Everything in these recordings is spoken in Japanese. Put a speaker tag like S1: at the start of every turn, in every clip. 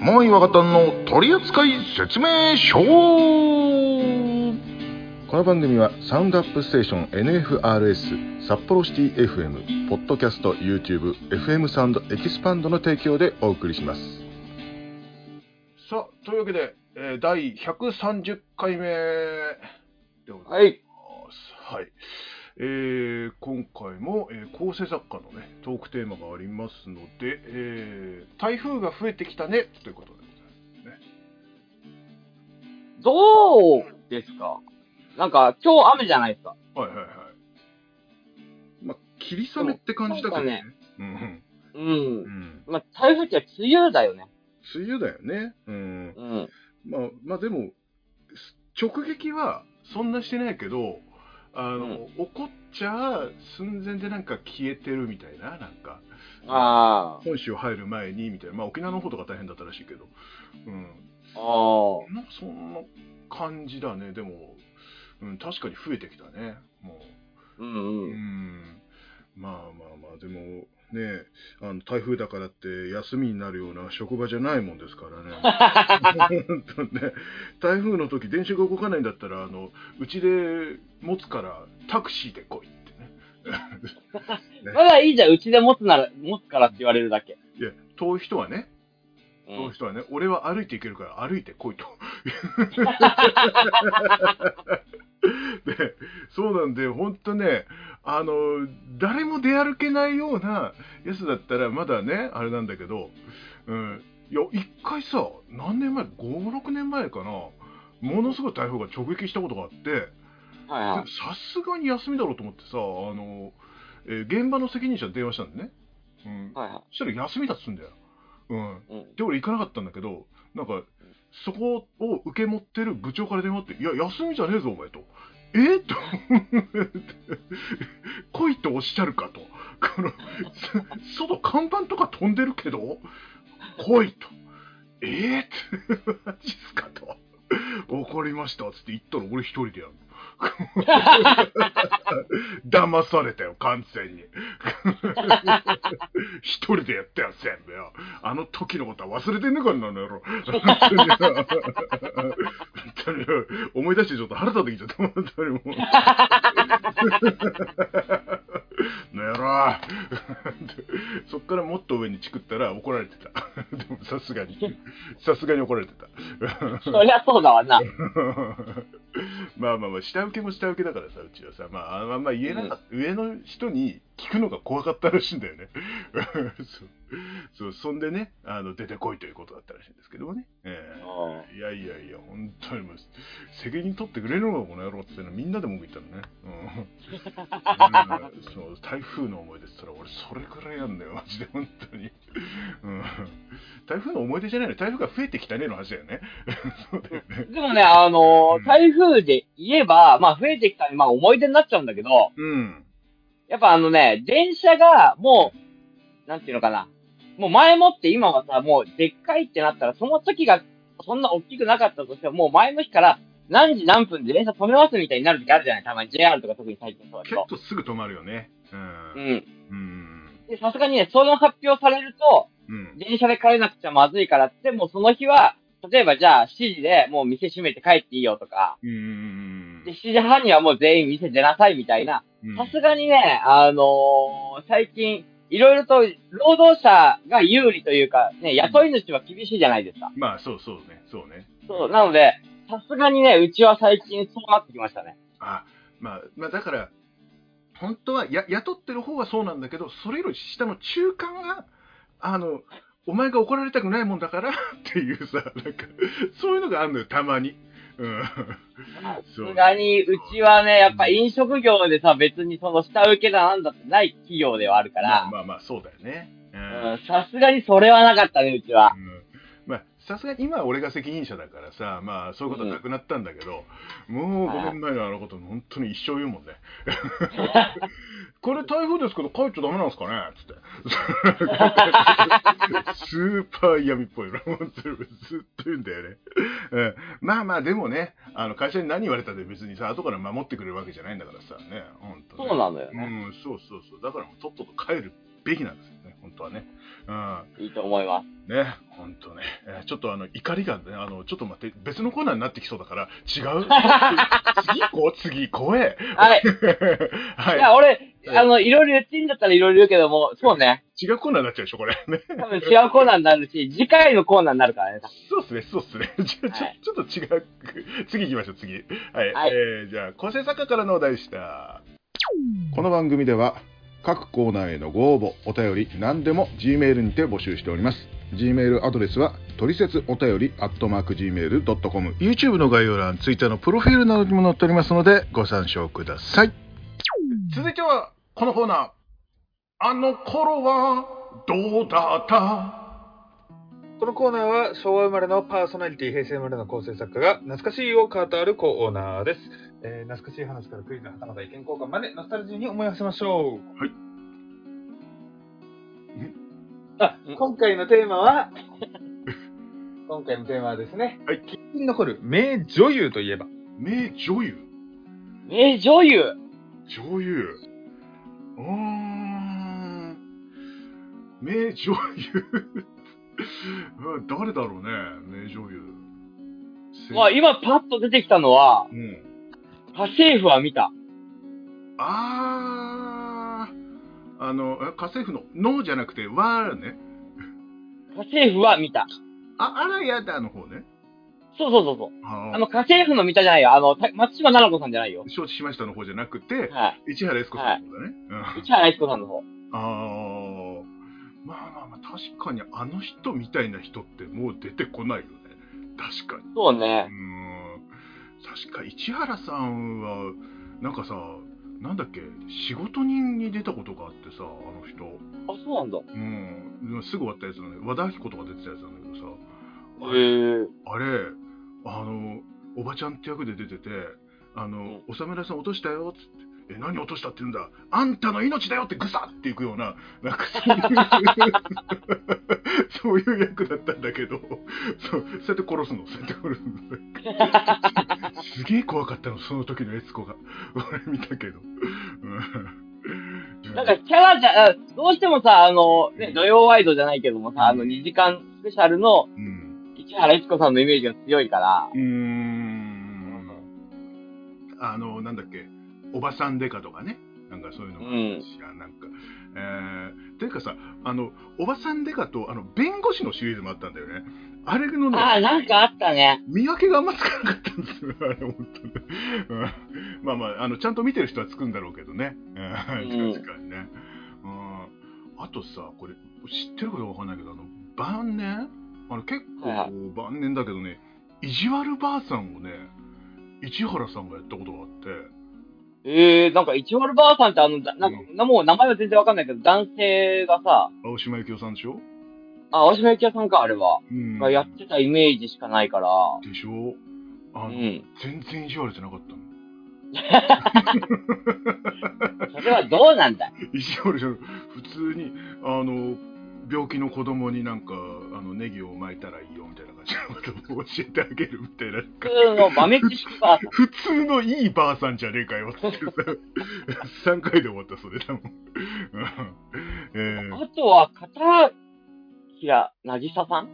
S1: もう岩方の取扱説明書この番組はサウンドアップステーション NFRS 札幌シティ FM ポッドキャスト YouTube FM サウンドエキスパンドの提供でお送りしますさあというわけで、えー第130回目でございます
S2: はい。
S1: はい。えー今回も、えー構成作家のね、トークテーマがありますので、えー台風が増えてきたね、ということでございます。
S2: どうですかなんか、今日雨じゃないですか。
S1: はいはいはい。まあ、霧雨って感じだけどね。うん
S2: う。
S1: うんん。
S2: まあ、台風って梅雨だよね。
S1: 梅雨だよね。うん。
S2: うん。
S1: まあ、まあでも、す直撃はそんなしてないけど、あの、
S2: うん
S1: 怒っちゃ寸前でなんか消えてるみたいな、なんか。
S2: あ
S1: 本州入る前にみたいな、まあ、沖縄の方とか大変だったらしいけど、うん、
S2: あ。あ
S1: なんかそんな感じだね、でも、うん、確かに増えてきたね、も
S2: あ。う
S1: う。うん
S2: うん。
S1: ん、まあまあまあ、でもね、あの台風だからって休みになるような職場じゃないもんですからね、本当ね台風の時電車が動かないんだったら、あのうちで持つからタクシーで来いってね。
S2: まだいいじゃん。うちで持つなら、持つからって言われるだけ。
S1: いや遠い人はね、
S2: う。
S1: そういうん人はね、俺は歩いていけるから歩いて来いと。で、そうなんで、ほんとね、あの、誰も出歩けないようなやつだったら、まだね、あれなんだけど、うん、いや、一回さ、何年前、5、6年前かな、ものすごい台風が直撃したことがあって、
S2: はい
S1: で
S2: は
S1: さすがに休みだろうと思ってさ、あの、えー現場の責任者に電話したんでね、うん
S2: い。、はいは
S1: そしたら休みだっつうんだよ。うん。
S2: い。うん。
S1: で俺行かなかったんだけどなんかそこを受け持ってる部長から電話あって「いや休みじゃねえぞお前」と「えっ?」 と「来いとおっしゃるか」と「このそ外看板とか飛んでるけど来い」と「えっ?」って「マジっすか」と「怒りました」つって言ったら俺一人でやる。 騙されたよ完全に 一人でやったよ全部よあの時のことは忘れてんのかなあの野郎。本当に本当に思い出してちょっと腹立ってきちゃった。本当にもう。 の野郎。 そっからもっと上にチクったら怒られてた。 でもさすがに。さすがに怒られてた。
S2: そりゃそうだわな。
S1: まあまあまあ、下請けも下請けだからさ、うちはさ、まあ、あんまあんま言えなかった、上の人に聞くのが怖かったらしいんだよね。 そう、そうそんでね、あの出てこいということだったらしいんですけどもね。ええいやいやいや、本当にもう、責任取ってくれるのか、この野郎ってのみんなで文句言ったのね。うん。うん そう、台風の思い出って言ったら、俺それくらいなんだよ、マジで、本当に。うん。台風の思い出じゃないの、台風が増えてきたねの話だよね。そうだよね。
S2: でもね、あの
S1: うん
S2: ー、台風で言えば、まあ増えてきたんで、まあ思い出になっちゃうんだけど、
S1: うん。
S2: やっぱあのね、電車がもう、なんていうのかな。もう前もって今はさ、もうでっかいってなったら、その時がそんな大きくなかったとしても、もう前の日から何時何分で電車止めますみたいになる時あるじゃないたまに JR とか特に最近そうだけ
S1: 結構
S2: ど。
S1: すぐ止まるよね。う。
S2: うんん。
S1: うん。
S2: で、さすがにね、その発表されると、
S1: うん。
S2: 電車で帰れなくちゃまずいからって、もうその日は、例えばじゃあ7時でもう店閉めて帰っていいよとか、
S1: うん
S2: で、7時半にはもう全員店出なさいみたいな、
S1: うん
S2: さすがにね、あのー最近、いろいろと労働者が有利というか、ね、雇い主は厳しいじゃないですか。
S1: まあ、そうそうね。そうね。
S2: そう、なので、さすがにね、うちは最近そうなってきましたね。
S1: あ、まあ、まあ、だから、本当はや雇ってる方はそうなんだけど、それより下の中間が、あの、お前が怒られたくないもんだからっていうさ、なんか、そういうのがあるのよ、たまに。うん。
S2: さ
S1: そう
S2: すがに、うちはね、やっぱ飲食業でさ、別にその下請けだなんだってない企業ではあるか
S1: まあ
S2: ら、
S1: まあまあ、そうだよね。う
S2: うんさすがにそれはなかったね、うちは。
S1: うんまあさすがに今は俺が責任者だからさまあそういうことはなくなったんだけど、もう5年前のあのこと本当に一生言うもん ねこれ台風ですけど帰っちゃダメなんですかねつって スーパー闇っぽいな本当にずっと言うんだよね、うん、まあまあでもねあの会社に何言われたって別にさ後から守ってくれるわけじゃないんだからさね本当ね
S2: そうなのよね。
S1: うん、そうそうそう。だからもうとっとと帰るべきなんですよね、本当はね。うん。
S2: いいと思います。
S1: ね、本当ね、えーちょっとあの怒りがね、あのちょっと待って、別のコーナーになってきそうだから、違う、 次行こう、次行こうえ。
S2: はい。い
S1: は
S2: や、俺、
S1: はい
S2: あの、いろいろ言っていいんだったらいろいろ言うけども、そうね。
S1: い、違うコーナーになっちゃうでしょ、これ。ね、
S2: 多分違うコーナーになるし、次回のコーナーになるからね。
S1: そうっすね、そうっすね。 じゃあ、
S2: はい
S1: ちょちょっと違う、次行きましょう、次。はい、
S2: はい
S1: えーじゃあ、構成作家からのお題でした。
S3: この番組では各コーナーへのご応募お便り何でも G メールにて募集しております G メールアドレスはトリセツお便りアットマーク Gmail.com
S1: YouTube の概要欄、Twitter のプロフィールなどにも載っておりますので、ご参照ください。続いては、このコーナー。あの頃は、どうだった
S4: このコーナーは昭和生まれのパーソナリティ、平成生まれの構成作家が懐かしいを語るコーナーです。えー懐かしい話からクイズ、はたまた意見交換までノスタルジーに思いを馳せましょう。
S1: はい。
S4: あ
S2: うん、
S4: 今回のテーマは、 今回のテーマはですね、
S1: はい
S4: 記憶に残る名女優といえば、
S1: 名女優
S2: 名女優。
S1: 女優。うーん。名女優。 うん誰だろうね、名女優。せ
S2: まあ、今パッと出てきたのは、
S1: うん。
S2: 家政婦は見た。
S1: あー。あの、え家政婦の、のじゃなくて、わーね。
S2: 家政婦は見た。
S1: あ、あらやだの方ね。
S2: そうそうそうそう。
S1: あ
S2: あの、家政婦の見たじゃないよ。あの、た松島奈々子さんじゃないよ。
S1: 承知しましたの方じゃなくて、
S2: はい。
S1: 市原悦子さんの方だね。うん
S2: 市原悦子さんの方。
S1: あーまあまあまあ、確かにあの人みたいな人ってもう出てこないよね。確かに。
S2: そう
S1: う
S2: ね。
S1: ん。確か市原さんは、なんかさ、なんだっけ、仕事人に出たことがあってさ、あの人。
S2: あ、そうなんだ。
S1: うん。すぐ終わったやつのね、和田アキ子とか出てたやつなんだけどさ、あ
S2: へ
S1: れ、
S2: え。
S1: あれあの、おばちゃんって役で出てて、あの、お侍さん落としたよ、つって。え、何落としたって言うんだあんたの命だよってぐさっていくような、なんかそういう、そういう役だったんだけど、そう、そうやって殺すの、そうやって殺すの。すげえ怖かったの、その時の悦子が。俺見たけど。うん。
S2: なんか、キャラじゃ、あどうしてもさ、あの、ね、土曜ワイドじゃないけどもさ、あの、2時間スペシャルの
S1: うん。
S2: 市原悦子さんのイメージが強いから、
S1: うーん。あの、なんだっけ、おばさんデカとかね、なんかそういうのがあるしな、なんか。えー、ていうかさ、あの、おばさんデカと、あの、弁護士のシリーズもあったんだよね。あれのね、
S2: ああ、なんかあったね。
S1: 見分けがあんまつかなかったんですよ、 あれ、本当に。うんまあまあ、あの、ちゃんと見てる人はつくんだろうけどね。うん
S2: うん
S1: 確かにね。うん。あとさ、これ、知ってるかどうかわかんないけど、あの、晩年あの、結構、
S2: はいは
S1: 晩年だけどね、意地悪ばあさんをね、市原さんがやったことがあって、
S2: ええなんか、市原ばあさんってあの、だなんか、なもう名前は全然わかんないけど、男性がさ、
S1: 青島幸男さんでしょ
S2: あ、青島幸也さんか、あれは。
S1: うん。
S2: がやってたイメージしかないから。
S1: でしょあ
S2: う
S1: の、
S2: ん。
S1: 全然意地悪じゃなかったの。
S2: それはどうなん だ
S1: 石折さん普通にあの病気の子供になんかあのネギを巻いたらいいよみたいな感じ のことを教えてあげるみたいな
S2: 普通の豆知識ばあさん。
S1: 普通のいいばあさ んじゃねえかよってさ3回で終わったそれだもん、 うんえー
S2: あとは、片平なぎささん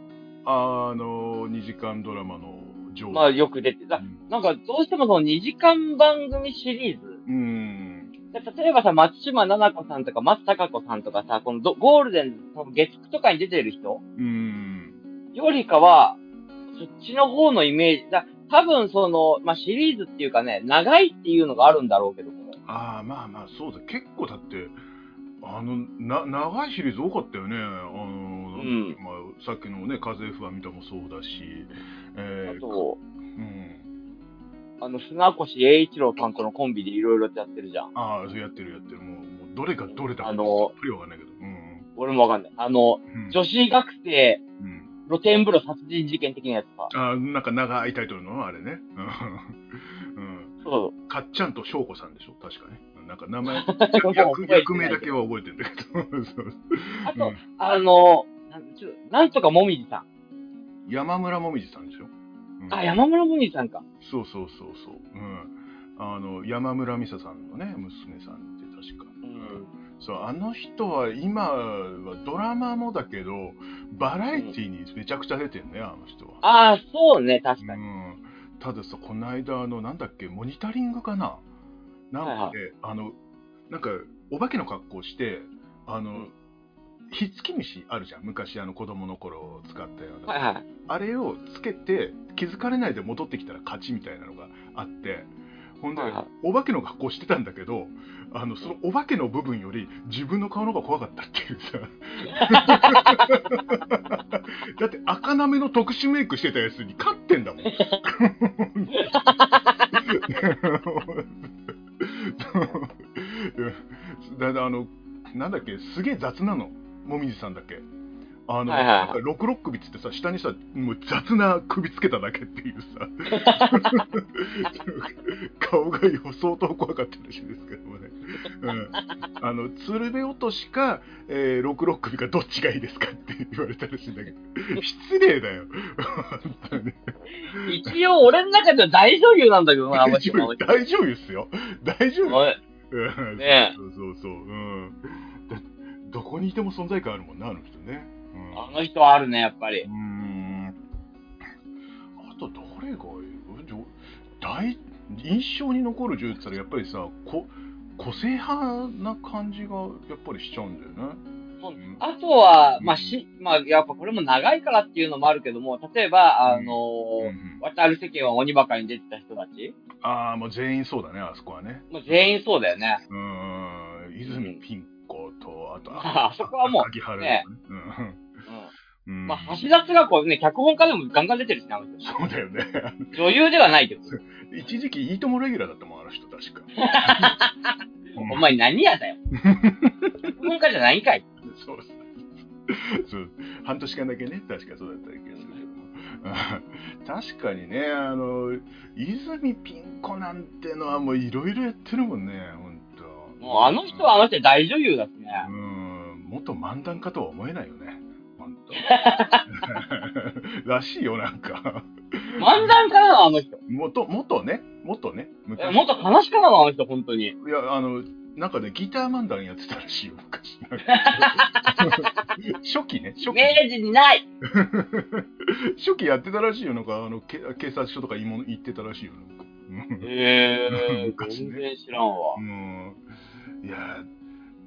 S1: あの2時間ドラマの上
S2: まあ、よく出て
S1: う
S2: た。
S1: ん
S2: なんか、どうしてもその2時間番組シリーズ。
S1: うん
S2: で例えばさ、松島奈々子さんとか松たか子さんとかさ、このどゴールデン、その月9とかに出てる人
S1: うん
S2: よりかは、そっちの方のイメージ。だ多分その、まあ、シリーズっていうかね、長いっていうのがあるんだろうけども。
S1: ああまあまあそうだ結構だってあのな長いシリーズ多かったよねあの、
S2: うん
S1: まあ、さっきのね「風フは見た」もそうだし、え
S2: あ
S1: ー
S2: と、
S1: うん、
S2: あの、船越英一郎さんとのコンビでいろいろやってるじゃん。
S1: ああそうやってるやってるもうもうどれがどれだか
S2: あの
S1: さっぱりわかんないけど、うん
S2: 俺もわかんない。あの、
S1: うん
S2: 女子学生
S1: うん、
S2: 露天風呂殺人事件的なやつさ。
S1: ああなんか長いタイトルのあれね、うん
S2: そう。
S1: うん、かっちゃんとしょうこさんでしょ確かねなんか名 前
S2: もう覚
S1: 役
S2: えてない
S1: 役名だけは覚えてるんだけどそう
S2: あ
S1: う
S2: と
S1: ん、
S2: あの、なんちょなんとかもみじさん。
S1: 山村もみじさんでしょ、うん
S2: あ、山村もみじさんか。
S1: そうそうそうそう。うん。あの、山村美沙さんのね、娘さんって確か。
S2: うん。
S1: そうあの人は今はドラマもだけどバラエティにめちゃくちゃ出てるね、あの人は。
S2: ああ、そうね、確
S1: う
S2: かに。
S1: ん、たださこの間あのなんだっけモニタリングかななんかね、
S2: はいはい
S1: あのなんかお化けの格好をしてあの、
S2: ん
S1: ひっつき虫あるじゃん昔あの子供の頃使ったような、
S2: はいはい。
S1: あれをつけて気づかれないで戻ってきたら勝ちみたいなのがあってほんで、
S2: はいはい
S1: お化けの格好してたんだけどあのそのお化けの部分より自分の顔の方が怖かったっていうさだって赤なめの特殊メイクしてたやつに勝ってんだもんだだあのなんだっけすげえ雑なのもみじさんだっけあの、
S2: はいはいはい
S1: なんか六六首っつってさ下にさもう雑な首つけただけっていうさ 顔が予想と怖かったらしいですけどもね、うん、あの鶴瓶落としか、えー、六六首かどっちがいいですかって言われたらしいんだけど 失礼だよ本当に
S2: 一応、俺の中では大女優なんだけど な、あの
S1: 大
S2: 人
S1: 丈
S2: は
S1: 夫大丈夫ですよ大丈夫
S2: おい
S1: うん
S2: ねえ
S1: そうそうそう、うん、だどこにいても存在感あるもんなあの人ね、うん、
S2: あの人はあるね、やっぱ
S1: う
S2: り
S1: ー。んあと誰がじょ大印象に残る女優って言ったらやっぱりさこ個性派な感じがやっぱりしちゃうんだよね。ん
S2: あとは、まあ、し、まあ、やっぱこれも長いからっていうのもあるけども、例えば、
S1: う
S2: あの
S1: んう
S2: ー
S1: ん、
S2: 渡る世間は鬼ばかりに出てた人たち
S1: ああもう全員そうだねあそこはね。
S2: もう全員そうだよね。
S1: うーん泉ピン子とあと
S2: ああそこはもう
S1: 秋葉原
S2: ね
S1: とかねうんう
S2: うんん。まあ、橋田がこうね、脚本家でもガンガン出てるしね、あの 人。
S1: そうだよね。
S2: 女優ではないけど。
S1: 一時期いいともレギュラーだったもんあの人確か。 うん
S2: お前何や だよ。脚本家じゃないんかい。
S1: そうそうそう半年間だけね、確かそうだった気がするけども。確かにね、あの、泉ピン子なんてのはもういろいろやってるもんね、ほんと。
S2: もうあの人はあの人で大女優だしね。
S1: うん、元漫談家とは思えないよね、ほん と。らしいよ、なんか。
S2: 漫談家なの、あの人。
S1: 元、元ね、元ね、
S2: え
S1: 昔。
S2: もっと話し家なの、あの人、本当に。
S1: いや、あの、なんかね、ギター漫談やってたらしいよ、昔。初期ね、初期。
S2: 明治にない。
S1: 初期やってたらしいよ、なんかあのけ警察署とかいも行ってたらしいよ、なんか。うん
S2: えー、
S1: 昔ね
S2: 全然知らんわ。
S1: うんいや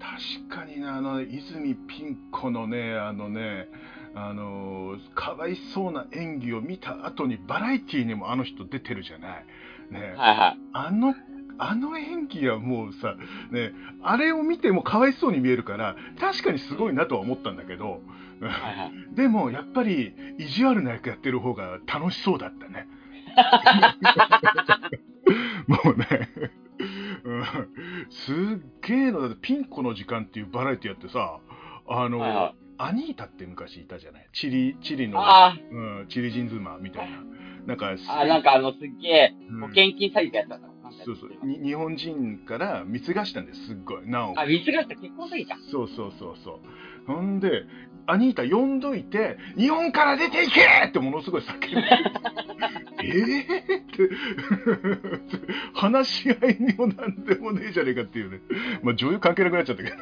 S1: ー、確かにな、あの泉ピン子のね、あのね、あのーかわいそうな演技を見た後に、バラエティーにもあの人出てるじゃない。ね、
S2: はいはい。
S1: あの、あの演技はもうさ、ね、あれを見てもかわいそうに見えるから、確かにすごいなとは思ったんだけど、
S2: はいはい。
S1: でもやっぱり意地悪な役やってる方が楽しそうだった ね。もうね、うん、すっげえのだって「ピン子の時間」っていうバラエティやってさあの、
S2: はいはい
S1: アニータって昔いたじゃないチリチリの、
S2: あ
S1: うん、チリ人妻みたいななんか
S2: あ、あなんかあの、すっげえ、
S1: うん
S2: 保険金詐欺ってやつだったの。
S1: そうそうに日本人から貢がしたんですすっごいなお
S2: あ、見つかった結婚詐欺か。
S1: そうそうそうそう。ほんで、アニータ呼んどいて、日本から出ていけってものすごい叫 ぶ。ええって、話し合いにもなんでもねえじゃねえかっていうね。まあ女優関係なくなっちゃったけど。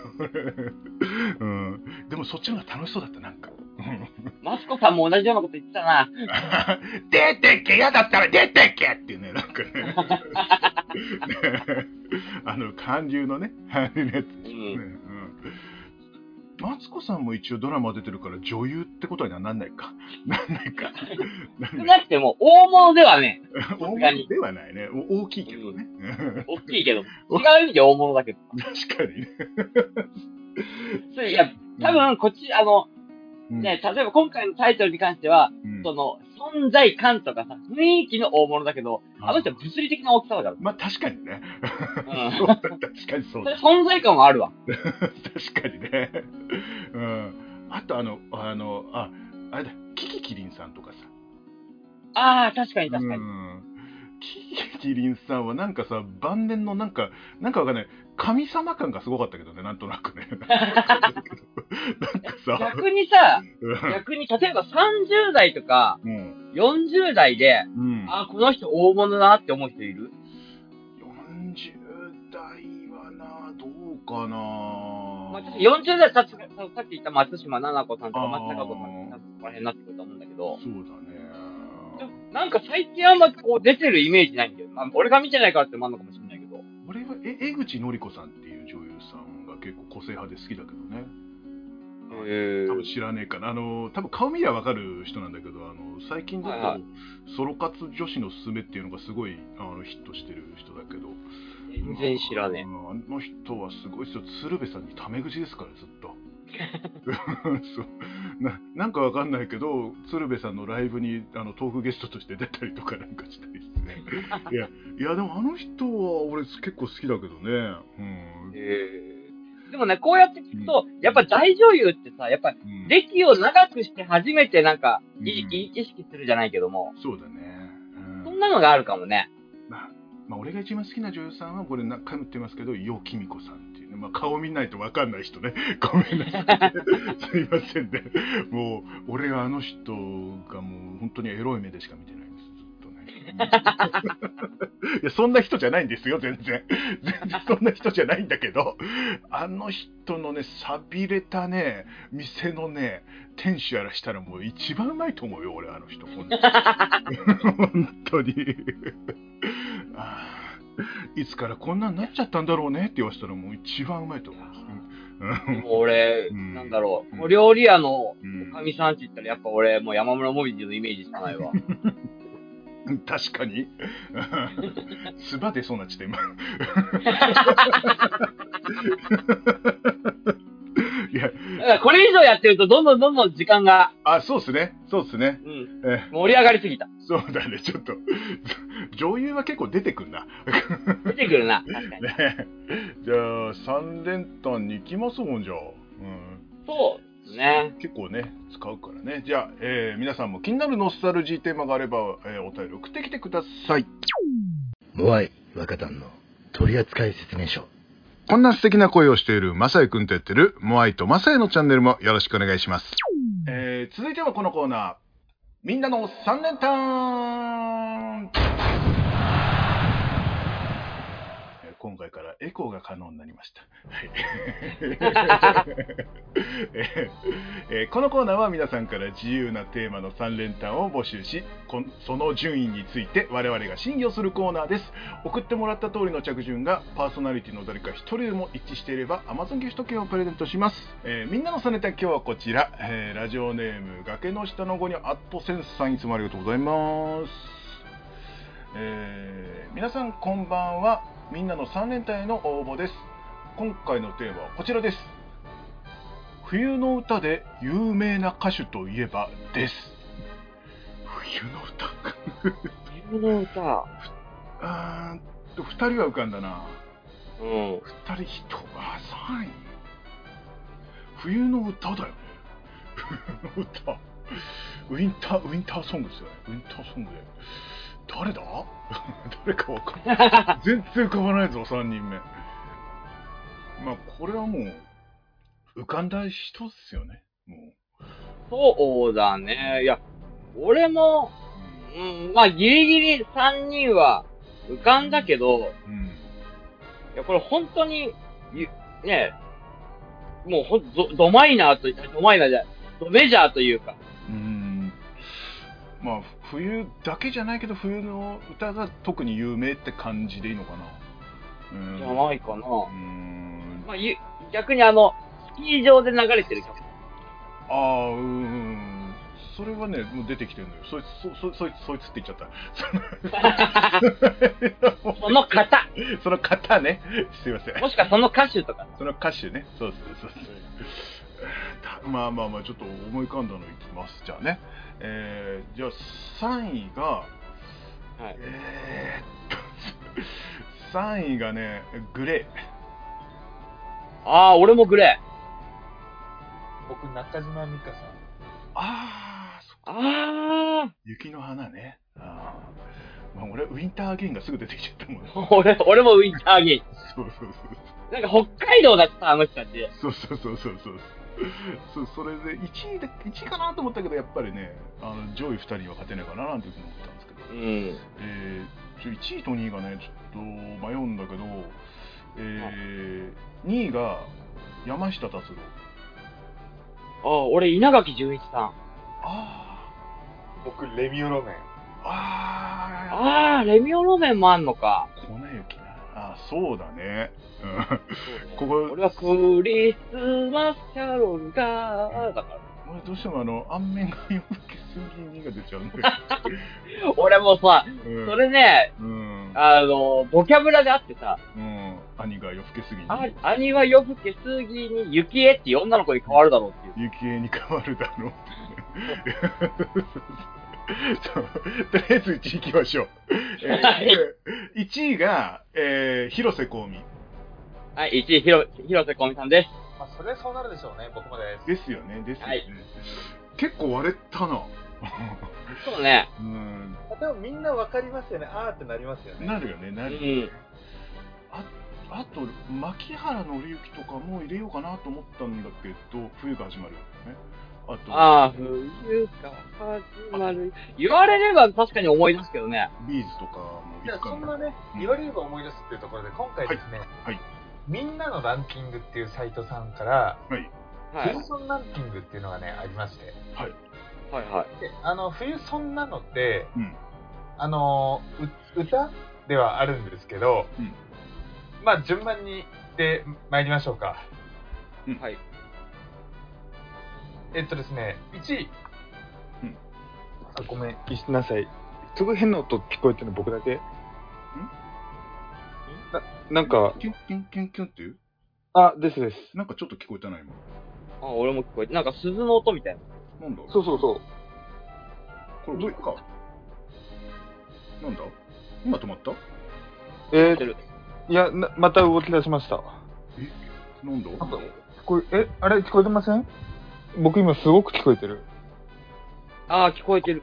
S1: うん、でもそっちの方が楽しそうだった、なんか。
S2: マツコさんも同じようなこと言ってたな。
S1: 出てけ嫌だったら出てけっていうね、なんかね。 ねあの、韓流のね、あれのやつ
S2: うん。
S1: ねうん。マツコさんも一応ドラマ出てるから女優ってことにはなんないか。なんないか。なん
S2: 少
S1: ない
S2: なくても、大物ではね、
S1: 大
S2: に
S1: 物ではないね。お大きいけどね。
S2: 大きいけど、違う意味で大物だけど。
S1: 確かにね。
S2: それいや、多分、こっち、あの、
S1: うん、
S2: ね、例えば今回のタイトルに関しては、
S1: うん
S2: その、存在感とかさ、雰囲気の大物だけど、あの人は物理的な大きさだから。
S1: まあ確かにね。
S2: うん
S1: そうだ 確かにそう
S2: それ
S1: だ。
S2: 存在感はあるわ。
S1: 確かにね。うん。あとあの、あの、あ、あれだ、キキキリンさんとかさ。
S2: ああ、確かに確かに。
S1: うんキキリンさんはなんかさ晩年のなんかなんかわかんない神様感がすごかったけどねなんとなく ねなんかさ、
S2: 逆にさ、
S1: う
S2: 逆に、例えば30代とか
S1: んうん
S2: 40代で、
S1: うん、
S2: ああ、この人大物だなって思う人いる
S1: 40代はなどうかな
S2: まあ、ちょっと40代さつがさっき言った松島菜々子さんとか松坂子さんとか、そこら辺になってくると思うんだけど、
S1: そう
S2: ち
S1: だ
S2: ょ
S1: ね。
S2: なんか最近あんまこう出てるイメージないんだよ。まあ、俺が見てないからってのもあるのかもしれないけど。
S1: 俺はえ江口のり子さんっていう女優さんが結構個性派で好きだけどね。
S2: へ
S1: 多分知らねえかな。あの、多分顔見りゃわかる人なんだけど、あの、最近だと、
S2: はいはい
S1: ソロ活女子のすすめっていうのがすごいあのヒットしてる人だけど。
S2: 全然知らね
S1: うんあの人はすごいですよ。鶴瓶さんにタメ口ですから、ずっ と。そうななんかわかんないけど、鶴瓶さんのライブにあのトークゲストとして出たりとかなんかしたり してね。いや、いやでもあの人は俺結構好きだけどね。うん。
S2: え。でもね、こうやって聞くと、やっぱ大女優ってさ、やっぱ
S1: うん、
S2: 歴を長くして初めてなんか、い
S1: うん
S2: い意識するじゃないけども、
S1: そうだね。う
S2: そ
S1: ん
S2: んなのがあるかもね。
S1: まあ、まあ、俺が一番好きな女優さんは、これ何回も言ってますけど、よきみこさんっていうね、まあ、顔見ないと分かんない人ね、ごめんなさい、すいませんね、もう、俺はあの人がもう、本当にエロい目でしか見てないんです、ずっとね。いや、そんな人じゃないんですよ、全然。全然そんな人じゃないんだけど、あの人のね、寂れたね、店のね、店主やらしたらもう一番うまいと思うよ、俺、あの人、本当に。本当に。ああいつからこんなんなっちゃったんだろうねって言わせたらもう一番うまいと思う。
S2: でも俺、
S1: うん
S2: なんだろ
S1: う
S2: う、
S1: ん
S2: お料理屋の
S1: うん
S2: おかみさんって言ったら、やっぱ俺、もう山村もみじのイメージしかない わ。
S1: うん確かに。 すば出そうなちで今。 いや、
S2: だからこれ以上やってると、どんどんどんどん時間が、
S1: あ、そうですね。そうですね。
S2: うん、
S1: え
S2: 盛り上がりすぎた。
S1: そうだね。ちょっと、女優は結構出てくんな。
S2: 出てくる な、確かに。
S1: ねじゃあ、三連単に行きますもん、じゃあ。うん
S2: そうですね。
S1: 結構ね使うからねじゃあ、えー皆さんも気になるノスタルジーテーマがあれば、えーお便り送ってきてください
S5: モアイ若旦の取扱説明書
S1: こんな素敵な声をしているマサイくんとやってるモアイとマサイのチャンネルもよろしくお願いします、えー続いてはこのコーナーみんなの3連単えー今回からエコーが可能になりました。はい えーえーこのコーナーは皆さんから自由なテーマの3連単を募集しこんその順位について我々が審議をするコーナーです送ってもらった通りの着順がパーソナリティの誰か一人でも一致していれば Amazon ギフト券をプレゼントします、えーみんなのさネタ今日はこちら、えーラジオネーム崖の下の子にアットセンスさんいつもありがとうございます、えー皆さんこんばんはみんなの3連単への応募です今回のテーマはこちらです冬の歌で有名な歌手といえばです冬の歌
S2: 自分の歌。
S1: あーっと2人は浮かんだな
S2: うん。
S1: 2人1あ3位冬の歌だよね 冬の歌ウィンターウィンターソングですよねウィンターソングで誰だ 誰かわかん ない全然浮かばないぞ3人目まあこれはもう浮かんだ人ですよねもう、
S2: そうだね。いや、俺も、
S1: う
S2: うん、まあ、ギリギリ3人は浮かんだけど、
S1: んうん
S2: いや、これ本当に、ゆねえ、もうほん、ドドマイナーと、ドマイナーじゃない、ドメジャーというか、
S1: うーんまあ冬だけじゃないけど冬の歌が特に有名って感じでいいのかなうーん
S2: じゃないかな。
S1: うーん
S2: まあ、ゆ逆にあの、スキー場で流れてる 曲。
S1: ああうーんそれはねもう出てきてるのよそいつそそそいつそいつって言っちゃった その
S2: その方、
S1: その方ねすいません
S2: もしくはその歌手とか。
S1: その歌手ねそうですそうですたまあまあまあちょっと思い浮かんだのいきますじゃあねえー、じゃあ3位が
S2: はい。
S1: えーっと、3位がね、グレ
S2: ああ、俺もグレー。
S4: 僕、中島美香さん。
S1: ー。ああ、そっか
S2: あ
S1: 雪の花ね。あーまあ、俺、ウィンターアゲインがすぐ出てきちゃったもん ね。
S2: あ、俺、俺もウィンターゲイン。
S1: そうそう
S2: なんか北海道だった、あの人たち。
S1: そうそう。そうそうそうそうそう。そうそれで1位だ1位かなと思ったけど、やっぱりね、あの上位2人には勝てないかななんていうふうに思ったんですけど、
S2: うん。
S1: えー、ちょ1位と2位がね、ちょっと迷うんだけど、えー、2位が、山下達郎。
S2: ああ、俺、稲垣純一さん。
S1: あ
S4: 僕、レミオロメン。
S1: あ、ああ、
S2: ああ、レミオロメンもあんのか。
S1: 粉雪な。あーそうだね。うん、ここ、
S2: 俺はクリスマスキャロルが、だから。
S1: 俺どうしてもあの、安面が夜更けすぎにが出ちゃうんだよ。
S2: 俺もさ、
S1: うん
S2: それね、
S1: うん。
S2: あの、ボキャブラであってさ、
S1: うん。兄が夜更けすぎに。
S2: あ兄は夜更けすぎに雪江っていう女の子に変わるだろうっていう。
S1: 雪絵に変わるだろう。そうとりあえず1位行きましょう。
S2: はい
S1: えー、1位が、えー、広瀬香美
S2: はい、1位、ひろ広瀬香美さんです。
S4: まあ、それはそうなるでしょうね、僕もです。
S1: ですよね、ですよね。
S2: はい
S1: 結構割れたな。
S2: そうね。
S1: うん、
S4: でもみんなわかりますよね、あーってなりますよね。
S1: なるよね、
S2: う
S1: なる。
S2: ん。
S1: あと、牧原紀之とかも入れようかなと思ったんだけど、冬が始まるよね。あと、
S2: ああ、冬が始まる。言われれば確かに思い出すけどね。
S1: ビーズとかもい
S4: じゃあ
S1: つ
S4: そ
S1: か
S4: ん
S1: の
S4: なね、
S1: うん
S4: 言われれば思い出すっていうところで、今回ですね、
S1: はいはい
S4: みんなのランキングっていうサイトさんから、
S2: はい。
S4: 冬ソンランキングっていうのがね、ありまして、
S2: はいはい。
S4: であの冬ソンなのって、
S1: うん
S4: あのう歌ではあるんですけど、
S1: うん
S4: まあ順番に行ってまいりましょうか。
S1: うん
S2: はい。
S4: えっとですね、1位。
S1: うん
S4: あごめん、聞いてなさい。すごい変な音聞こえてるの僕だけんななんか、
S1: キュンキュンキュンキュンっていう
S4: あ、ですです。
S1: なんかちょっと聞こえたな、今。
S2: あ、俺も聞こえて、なんか鈴の音みたいな。
S1: なんだろう
S4: そうそうそう。
S1: これ、どうか。なんだ今止まった
S2: 聞こ
S4: え
S2: えてる
S4: ー、いやな、また動き出しました。
S1: なんだ
S4: なんだこれえ、あれ聞こえてません僕今すごく聞こえてる。
S2: ああ、聞こえてる。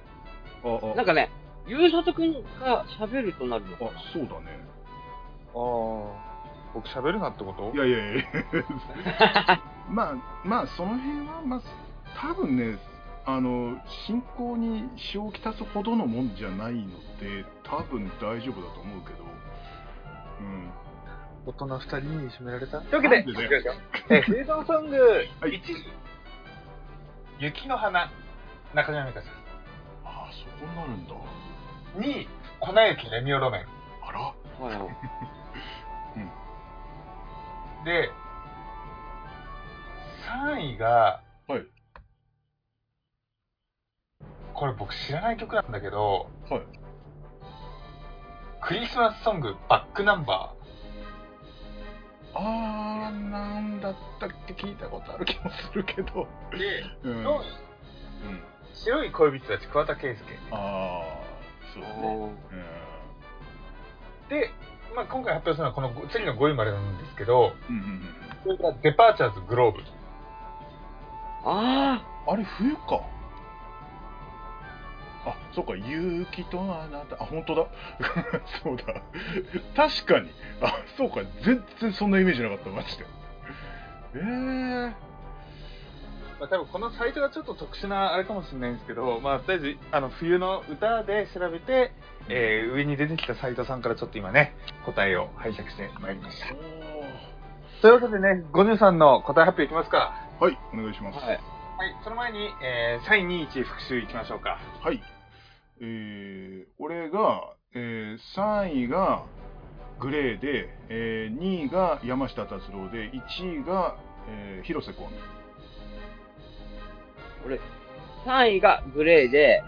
S1: ああ
S2: なんかね、ゆうさとくんが喋るとなるのか
S1: あ、そうだね。
S4: ああ。僕喋るなってこと
S1: いやいやい やまあ、まあ、その辺は、まあ、多分ね、あの、進行に支障をきたすほどのもんじゃないので、多分大丈夫だと思うけど、うん。
S4: 大人二人に締められたというわけ
S1: な
S4: で、
S1: んでだよ
S4: え ー、フュージョンソング1
S1: はい
S4: 位、雪の花、中島美嘉さ
S1: ああ、そこになるんだ。
S4: ん。2位、粉雪レミオロメン。
S1: あら
S2: な。はいはい。
S4: で、3位が、
S1: はい
S4: これ僕知らない曲なんだけど、
S1: はい
S4: クリスマスソング、バックナンバ
S1: あー、なんだったっけ聞いたことある気もするけど。
S4: ー。で、
S1: うん。う
S4: 4位、
S1: ん
S4: 白い恋人たち、桑田佳祐。
S1: ああ、そうだね。
S4: で、まあ、今回発表するのはこのご次の5位までなんですけど、
S1: うん。うんうんうん。
S4: それからデパーチャーズグローブ。
S2: あ
S1: あれ、冬か。あ、そっか、勇気とあなた。あ、本当だ。 そうだ。確かに。あ、そうか。全然そんなイメージなかった、マジで。ええー。
S4: まあ、多分このサイトがちょっと特殊なあれかもしれないんですけど、まあ、とりあえずあの冬の歌で調べて、えー上に出てきたサイトさんからちょっと今ね、答えを拝借してまいりました。というわけでね、ゴニュさんの答え発表いきますか。
S1: おーはい、お願いします。
S2: あ。はい。
S4: はい、その前に、えー、3位、2位、1位、復習いきましょうか。
S1: はい。えー、俺が、えー、3位がグレーで、えー、2位が山下達郎で、1位が、えー、広瀬香
S2: 3位がグレーで、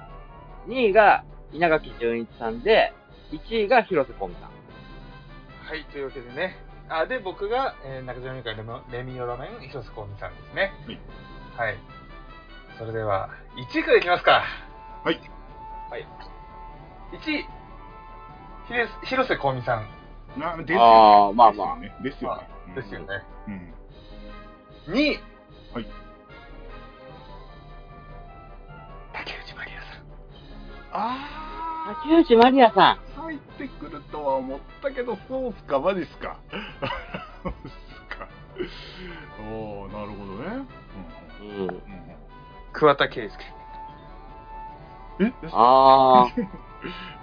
S2: 2位が稲垣純一さんで、1位が広瀬香美さん。
S4: はい、というわけでね、あで、僕が、えー中島美嘉レモレミオロメン、広瀬香美さんですね。はい。それでは、1位からいきますか。
S1: はい。
S4: はい。1位、ひれ広瀬香美さん
S1: 美。なですよね
S2: あーまあまあ
S1: ですよね。
S4: ですよね。
S1: うん。うん
S4: 2位、
S1: はい。
S4: 竹内まりやさん。
S1: あ
S2: 竹内まりやさ
S1: ー、入ってくるとは思ったけど、そうっすか、マジっすか。 そうっすか。おー、なるほどね。
S2: ん。
S1: うんうん
S2: うん。
S1: うんうん
S4: 桑田佳祐。
S1: え
S2: あ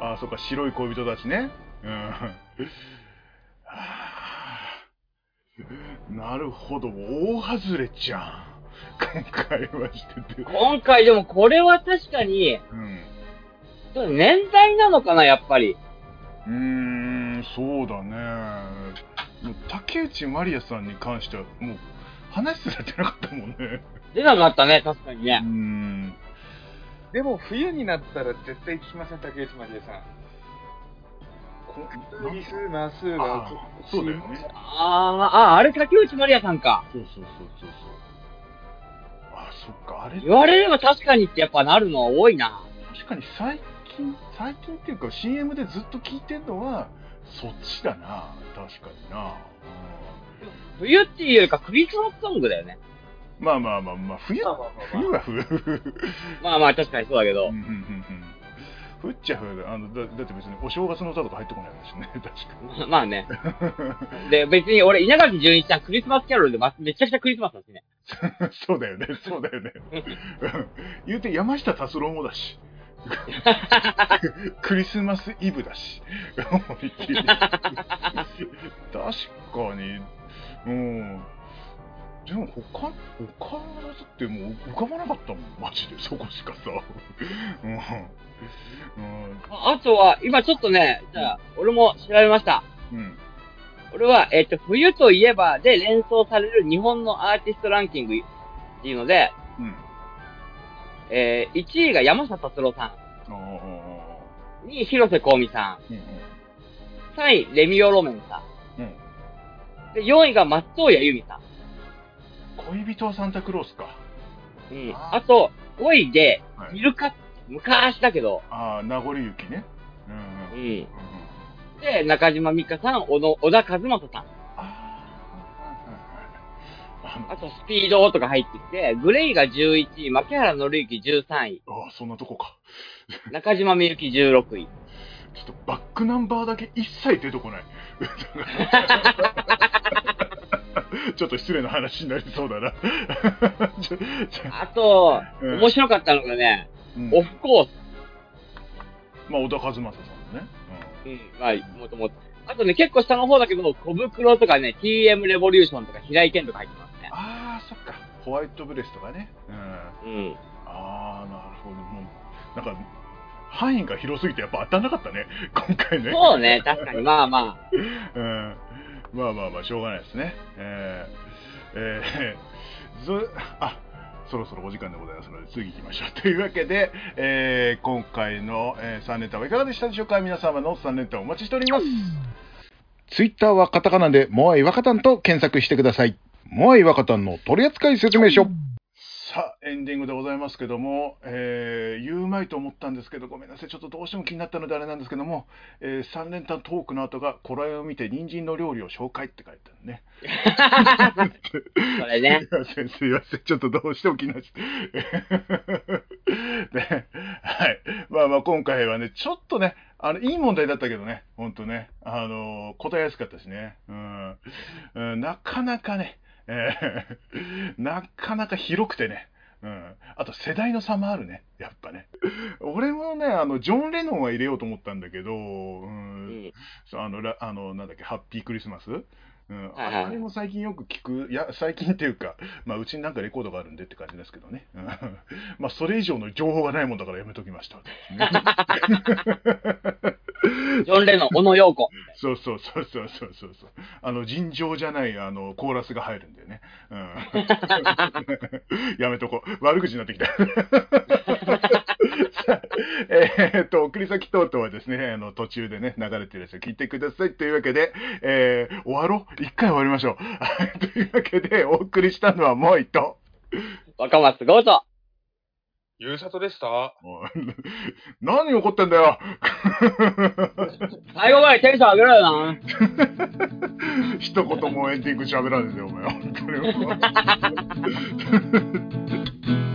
S2: あ。
S1: ああ、そっか、白い恋人たちね。うん。あー なるほど、大外れじゃん。今回はしてて。
S2: 今回でもこれは確かに、
S1: うん。
S2: 年代なのかな、やっぱり。
S1: うーん、そうだね。もう竹内まりやさんに関しては、もう、話すら出なかったもんね。
S2: 出なくなったね、確かに
S1: うー
S2: ね。
S1: ん。
S4: でも冬になったら絶対聞きません、竹内まりやさん。
S1: こ
S4: クリスマス
S1: あ
S4: は
S1: ーそうだよ ね。
S2: ああ、あ、あれ竹内まりやさんか。
S1: そうそうそうそうそう。あ、そっか、あれ
S2: 言われれば確かにってやっぱなるのは多いな。
S1: 確かに最近、最近っていうか CM でずっと聞いてるのは、そっちだな。確かにな。
S2: 冬っていうよりかクリスマスソングだよね。
S1: うん、まあまあまあまあ、冬、冬は冬。
S2: まあまあ確かにそうだけど
S1: うん。うんうんうんふっちゃふやであのだだって別にお正月の歌とか入ってこないですね、 確かに。
S2: まあね。で、別に俺、稲垣純一さんクリスマスキャロルでまめちゃくちゃクリスマスだしね。
S1: そうだよね、そうだよね。うん言うて山下達郎もだし、クリスマスイブだし、思いっきり確かに、うん。でも他、他のやつってもう浮かばなかったもん、マジで、そこしかさ。うん。うん
S2: ああとは、今ちょっとね、じゃあ、俺も調べました。
S1: うん。
S2: 俺は、えっ、と、冬といえばで連想される日本のアーティストランキングっていうので、
S1: うん。
S2: えー、1位が山下達郎さ
S1: ああ。
S2: ん、2位広瀬香美さ
S1: うんうん。
S2: ん、3位レミオロメンさ
S1: うん。
S2: ん、で4位が松任谷由実さん。
S1: 恋人はサンタクロースか。
S2: うん。
S1: あー
S2: あと、5位で
S1: は、い
S2: イルカ、昔だけど、
S1: ああ、名残雪ね。うんうん
S2: う
S1: うんうん。
S2: ん。で、中島美嘉さん、小野小田和正さん。
S1: ああ、はいはいはい。
S2: あと、スピードとか入ってきて、グレイが11位、牧原紀之13位、
S1: ああ、そんなとこか。
S2: 中島みゆき16位。
S1: ちょっとバックナンバーだけ一切出てこない。 ちょっと失礼な話になりそうだな。 ちょちょ
S2: あと、
S1: うん
S2: 面白かったのがね、
S1: うん
S2: オフコース。
S1: まあ、小田和正さんのね。
S2: うん、はい、もともと。あとね、結構下の方だけど、小袋とかね、TM レボリューションとか平井堅とか入ってますね。
S1: ああ、そっか。ホワイトブレスとかね。うん。
S2: うん。
S1: ああ、なるほど。もう、なんか、範囲が広すぎてやっぱ当たんなかったね。今回ね。
S2: そうね、確かに。まあまあ。
S1: うんまあまあまあ、しょうがないですね。えー、えー、 ず、あ、そろそろお時間でございますので、次行きましょう。というわけで、えー今回の、え3連単はいかがでしたでしょうか皆様の3連単お待ちしております。
S3: ツイッターはカタカナで、モアイ若旦と検索してください。モアイ若旦の取扱説明書。
S1: さあ、エンディングでございますけども、えー、言うまいと思ったんですけど、ごめんなさい、ちょっとどうしても気になったのであれなんですけども、えー、3連単トークの後が、これを見て人参の料理を紹介って書いてあるね。
S2: そ れね。
S1: すいません、すいません。ちょっとどうしても 気になっちゃって。ね、はい。まあまあ、今回はね、ちょっとね、あの、いい問題だったけどね、ほんとね、あの答えやすかったしね。うん。うん、なかなかね、えー なかなか広くてね。うん、あと世代の差もあるね、やっぱね。俺もね、あのジョン・レノンは入れようと思ったんだけど、う、
S2: うんん。
S1: そうあのラあのなんだっけハッピークリスマス、うん、
S2: はいはい
S1: あれも最近よく聞くいや最近っていうか、まあ、うちになんかレコードがあるんでって感じですけどね、うん まあそれ以上の情報がないもんだからやめときました、
S2: ジョン・レノン、小野洋子。
S1: そうそうそうそうそうそうそうあの尋常じゃないあのコーラスが入るん だよね、うん、やめとこう悪口になってきた さあえーっと送り先等々はですねあの途中でね流れてるやつを聞いてくださいというわけで、えー終わろう一回終わりましょう はいというわけでお送りしたのはもう一度
S2: 若松豪と。
S4: ゆうさとでした。
S1: もう何怒ってんだよ
S2: 最後までテンション上げろよな。
S1: 一 言もエンディング喋らんでよお前本当に